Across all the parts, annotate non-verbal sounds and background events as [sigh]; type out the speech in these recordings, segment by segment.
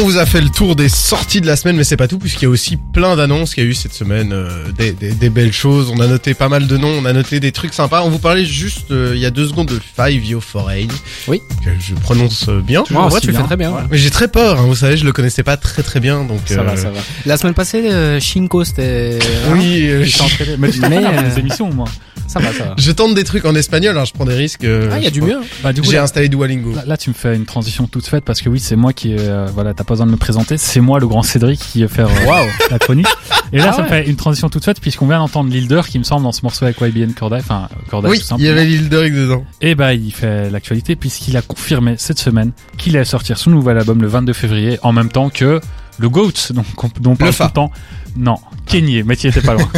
On vous a fait le tour des sorties de la semaine, mais c'est pas tout, puisqu'il y a aussi plein d'annonces qu'il y a eu cette semaine, euh, des, des- des belles choses. On a noté pas mal de noms, on a noté des trucs sympas. On vous parlait juste euh, il y a deux secondes de Five Yo Foreign. Oui. Que je prononce euh, bien. Moi, en vrai, tu tu le fais fais très bien. ouais. Mais j'ai très peur, hein, vous savez, je le connaissais pas très très bien, donc. Ça euh, va, ça va. La semaine passée, euh, Shinko, c'était. Oui, euh, hein, j'étais entraîné. [laughs] Mais, Mais euh, les émissions, moi. ça va, ça va. je tente des trucs en espagnol, alors je prends des risques. euh, Ah, il y a je du prends- mieux. Bah, Bah, du coup, J'ai là, installé Duolingo. là- là, tu me fais une transition toute faite parce que oui, c'est moi qui. euh, voilà, t'as pas besoin de me présenter. C'est moi, le grand Cédric, qui va faire euh, la chronique. Et là, Ah ça me ouais. fait une transition toute faite puisqu'on vient d'entendre Leader qui me semble dans ce morceau avec YBN Corday. Enfin, bah, Corday, Oui, tout il y simplement. avait l'île d'Oric dedans. Et bah, il fait l'actualité puisqu'il a confirmé cette semaine qu'il allait sortir son nouvel album le 22 février en même temps que le GOAT, donc, qu'on- dont on parle Le Fa. tout le temps. Non, Kenny, mais tu étais pas loin.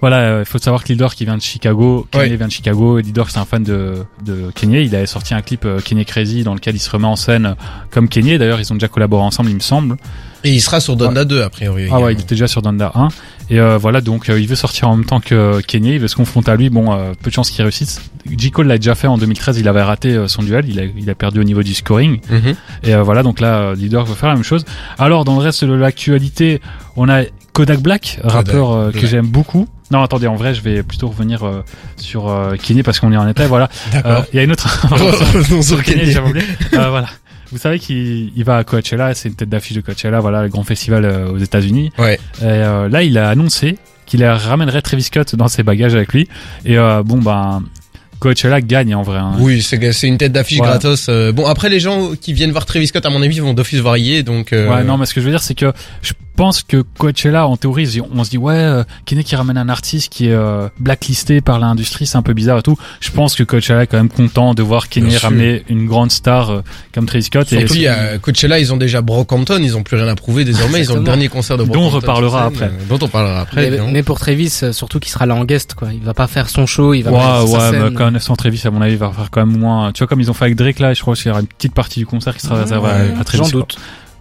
voilà, il faut savoir que Lidor qui vient de Chicago, Kenny Ouais. vient de Chicago, et Lidor c'est un fan de, de Kenny. Il avait sorti un clip euh, Kenny Crazy dans lequel il se remet en scène euh, comme Kenny. D'ailleurs, ils ont déjà collaboré ensemble, il me semble. Et il sera sur Donda 2, a priori. Ah ouais, il également. était déjà sur Donda 1. Et euh, voilà, donc euh, il veut sortir en même temps que Kenny, il veut se confronter à lui. Bon, euh, peu de chances qu'il réussisse. J. Cole l'a déjà fait en 2013, il avait raté euh, son duel, il a, il a perdu au niveau du scoring. [laughs] Mhm. Et euh, voilà, donc là, euh, Leader veut faire la même chose. Alors, dans le reste de l'actualité, on a Kodak Black, rappeur euh, que Black. j'aime beaucoup. Non, attendez, en vrai, je vais plutôt revenir euh, sur euh, Kenny parce qu'on est en été. Voilà, Euh, D'accord. il y a une [laughs] autre. [laughs] Mhm. Revenons sur Kenny, Kenny. j'avais oublié. Euh, voilà. Vous savez qu'il il va à Coachella, c'est une tête d'affiche de Coachella, voilà, le grand festival euh, aux États-Unis. Ouais. Et euh, là, il a annoncé qu'il ramènerait Travis Scott dans ses bagages avec lui. Et euh, bon, ben, Coachella gagne en vrai. hein. Oui, c'est c'est une tête d'affiche Voilà. gratos. Euh, bon, après les gens qui viennent voir Travis Scott, à mon avis, vont d'office varier, donc. euh, Ouais, non, mais ce que je veux dire, c'est que je pense que Coachella, en théorie, ils- on se dit, ouais, euh, Kenny qui ramène un artiste qui est euh, blacklisté par l'industrie, c'est un peu bizarre et tout. Je pense que Coachella est quand même content de voir Kenny Bien sûr. ramener une grande star euh, comme Travis Scott. Et puis à Coachella, ils ont déjà Brockhampton, ils ont plus rien à prouver désormais. ils ont le Exactement. dernier concert de Dont on Brockhampton. reparlera sur scène, après. euh, Dont on parlera après. Mais, évidemment. mais pour Travis, euh, surtout qu'il sera là en guest, quoi. Il va pas faire son show, il va pas Ouais, faire sa ouais, mais scène. quand même, sans Travis, à mon avis, il va faire quand même moins. Tu vois, comme ils ont fait avec Drake là, je crois qu'il y aura une petite partie du concert qui sera réservée à- à Travis. J'en quoi. doute.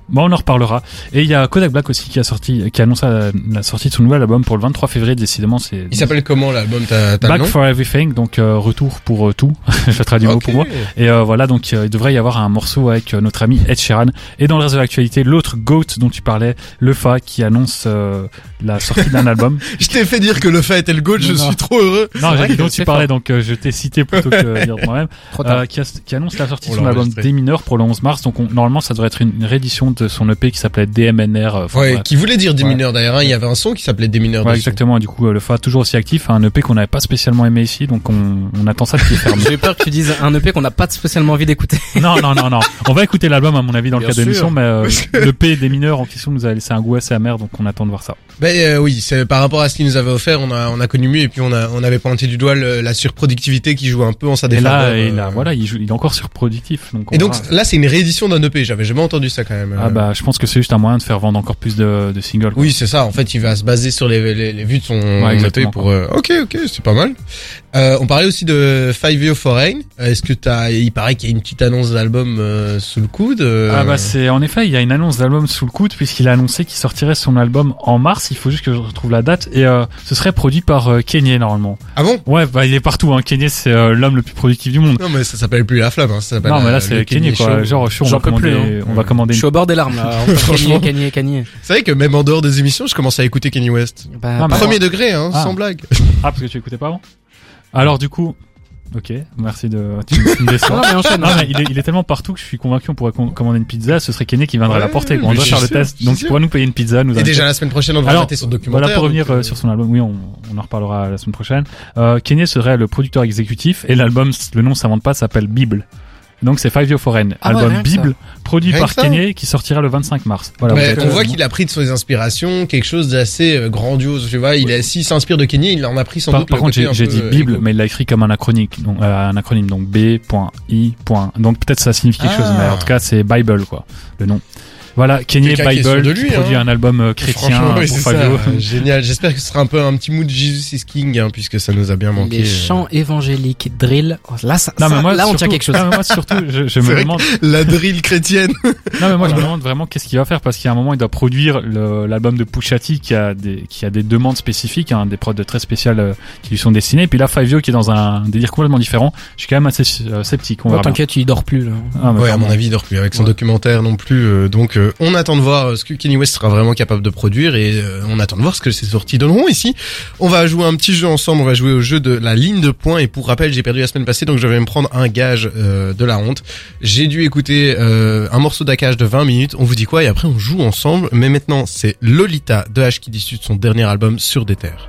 Bon, on en reparlera. Et il y a Kodak Black aussi qui a sorti, qui annonce la, la sortie de son nouvel album pour le 23 février. Décidément, c'est Il s'appelle comment l'album T'as t'as le Back nom for Everything, donc euh, retour pour euh, tout. [laughs] je traduis le mot Ok. pour moi. Et euh, voilà, donc euh, il devrait y avoir un morceau avec euh, notre ami Ed Sheeran. Et dans le reste de l'actualité, l'autre GOAT dont tu parlais, le Fa, qui annonce euh, la sortie [laughs] d'un album. [laughs] Je t'ai fait dire que le fait était le goal. Je Non. suis trop heureux. Non, j'ai vrai dit que dont tu c'est parlais, donc euh, je t'ai cité plutôt que euh, dire de moi-même. Trop tard. Euh, qui, a- qui annonce la sortie de On son l'a album enregistré. Des mineurs pour le 11 mars. Donc on- normalement, ça devrait être une, une réédition de son EP qui s'appelait DMNR. euh, enfin, Ouais, bref. qui voulait dire des mineurs d'ailleurs. hein, Il y avait un son qui s'appelait des mineurs. Ouais, dessus. exactement. Et du coup, euh, le Fa toujours aussi actif, un EP qu'on n'avait pas spécialement aimé ici, donc on, on attend ça de pied [laughs] ferme. J'ai eu peur que tu dises un EP qu'on n'a pas spécialement envie d'écouter. non, non, non, non. On va écouter l'album à mon avis dans le Bien cadre de sûr. l'émission, mais euh, l'EP des mineurs en question nous a laissé un goût assez amer, donc on attend de voir ça. Ben euh, oui, c'est par rapport à ce qu'il nous avait offert, on a on a connu mieux et puis on a on avait pointé du doigt le- la surproductivité qui joue un peu en sa Et là, défaveur. et euh. là, voilà, il, joue- il est encore surproductif. Donc on Et donc verra. là, c'est une réédition d'un EP. J'avais jamais entendu ça quand même. ah Euh, bah, je pense que c'est juste un moyen de faire vendre encore plus de, de singles. quoi. Oui, c'est ça. En fait, il va se baser sur les, les, les vues de son Ouais, exactement, EP pour. euh, Ok, ok, c'est pas mal. Euh, on parlait aussi de Five Year Foreign. Euh, Est-ce que t'as Il paraît qu'il y a une petite annonce d'album euh, sous le coude. euh, Ah bah c'est en effet il y a une annonce d'album sous le coude puisqu'il a annoncé qu'il sortirait son album en mars. Il faut juste que je retrouve la date et euh, ce serait produit par euh, Kanye normalement. Ah bon Ouais bah il est partout hein. Kanye c'est euh, l'homme le plus productif du monde. Non, mais ça s'appelle plus la flamme. Hein. Ça s'appelle, non mais euh, là c'est le Kanye quoi. Show. Ah, Genre je suis, on, J'en va peux plus, commander, on va commander. Je une- suis au bord des larmes, [laughs] là. entre Franchement. Kanye, Kanye, Kanye. C'est vrai que même en dehors des émissions, je commence à écouter Kanye West. Bah, Non, mais- pas Premier degré, hein, Ah. sans blague. Ah parce que tu écoutais pas avant. Alors du coup ok merci de tu me- tu me loin. déçois. Non, mais enchaîne. Non, mais il, est, il est tellement partout que je suis convaincu on pourrait com- commander une pizza. Ce serait Kanye qui viendrait la Ouais, porter. quoi. On mais doit je faire le suis sûr, je test suis donc tu sûr. pourras nous payer une pizza. Nous Et inviter. déjà la semaine prochaine, on va Alors, arrêter son documentaire. Voilà pour donc, revenir euh, euh, sur son album. Oui, on, on en reparlera la semaine prochaine. Euh, Kanye serait le producteur exécutif et l'album, le nom s'invente pas, s'appelle Bible. Donc c'est Five Year Foreign, Ah ouais, album rien que Bible produit Rien par que ça. Kanye qui sortira le 25 mars. Voilà, Mais vous êtes- on voit qu'il a pris de ses inspirations quelque chose d'assez euh, grandiose, tu vois. Il a, s'il s'inspire de Kanye, il en a pris sans Par, doute par le contre, côté j'ai un j'ai peu, dit euh, Bible, mais il l'a écrit comme un acronyme, donc, euh, un acronyme, donc B.I. Donc peut-être ça signifie quelque chose, Ah. mais en tout cas c'est Bible quoi, le nom. Voilà, Kenny Quelqu'un qui est sûr Bible de qui lui, produit hein. un album euh, chrétien Franchement, oui, pour c'est Fabio. ça. Euh, Génial. J'espère que ce sera un peu un petit mood Jesus is King, hein, puisque ça nous a bien manqué. euh, Les chants évangéliques, drill. Oh, Là, ça, Non, ça- mais moi, là on tient surtout- quelque chose. non, mais moi, surtout, [laughs] je, je C'est me vrai demande. [laughs] La drill chrétienne. Non, mais moi, je me demande vraiment qu'est-ce qu'il va faire parce qu'il y a un moment, il doit produire le- l'album de Pushati qui a des qui a des demandes spécifiques, hein, des prods très spéciales euh, qui lui sont destinées. Puis là, Fabio qui est dans un délire complètement différent. Je suis quand même assez euh, sceptique. On Oh, verra bien. T'inquiète, il dort plus. Là. Ah, mais Ouais, à vraiment. mon avis, il dort plus avec son Ouais. documentaire non plus. euh, donc, euh, on attend de voir euh, ce que Kenny West sera vraiment capable de produire et euh, on attend de voir ce que ses sorties donneront ici. On va jouer un petit jeu ensemble. On va jouer au jeu de la ligne de points. Et pour rappel, j'ai perdu la semaine passée, donc je vais me prendre un gage euh, de la honte. J'ai dû écouter euh, un morceau d'Akage de 20 minutes. On vous dit quoi Et après, on joue ensemble. Mais maintenant, c'est Lolita de H qui dit de son dernier album sur des terres.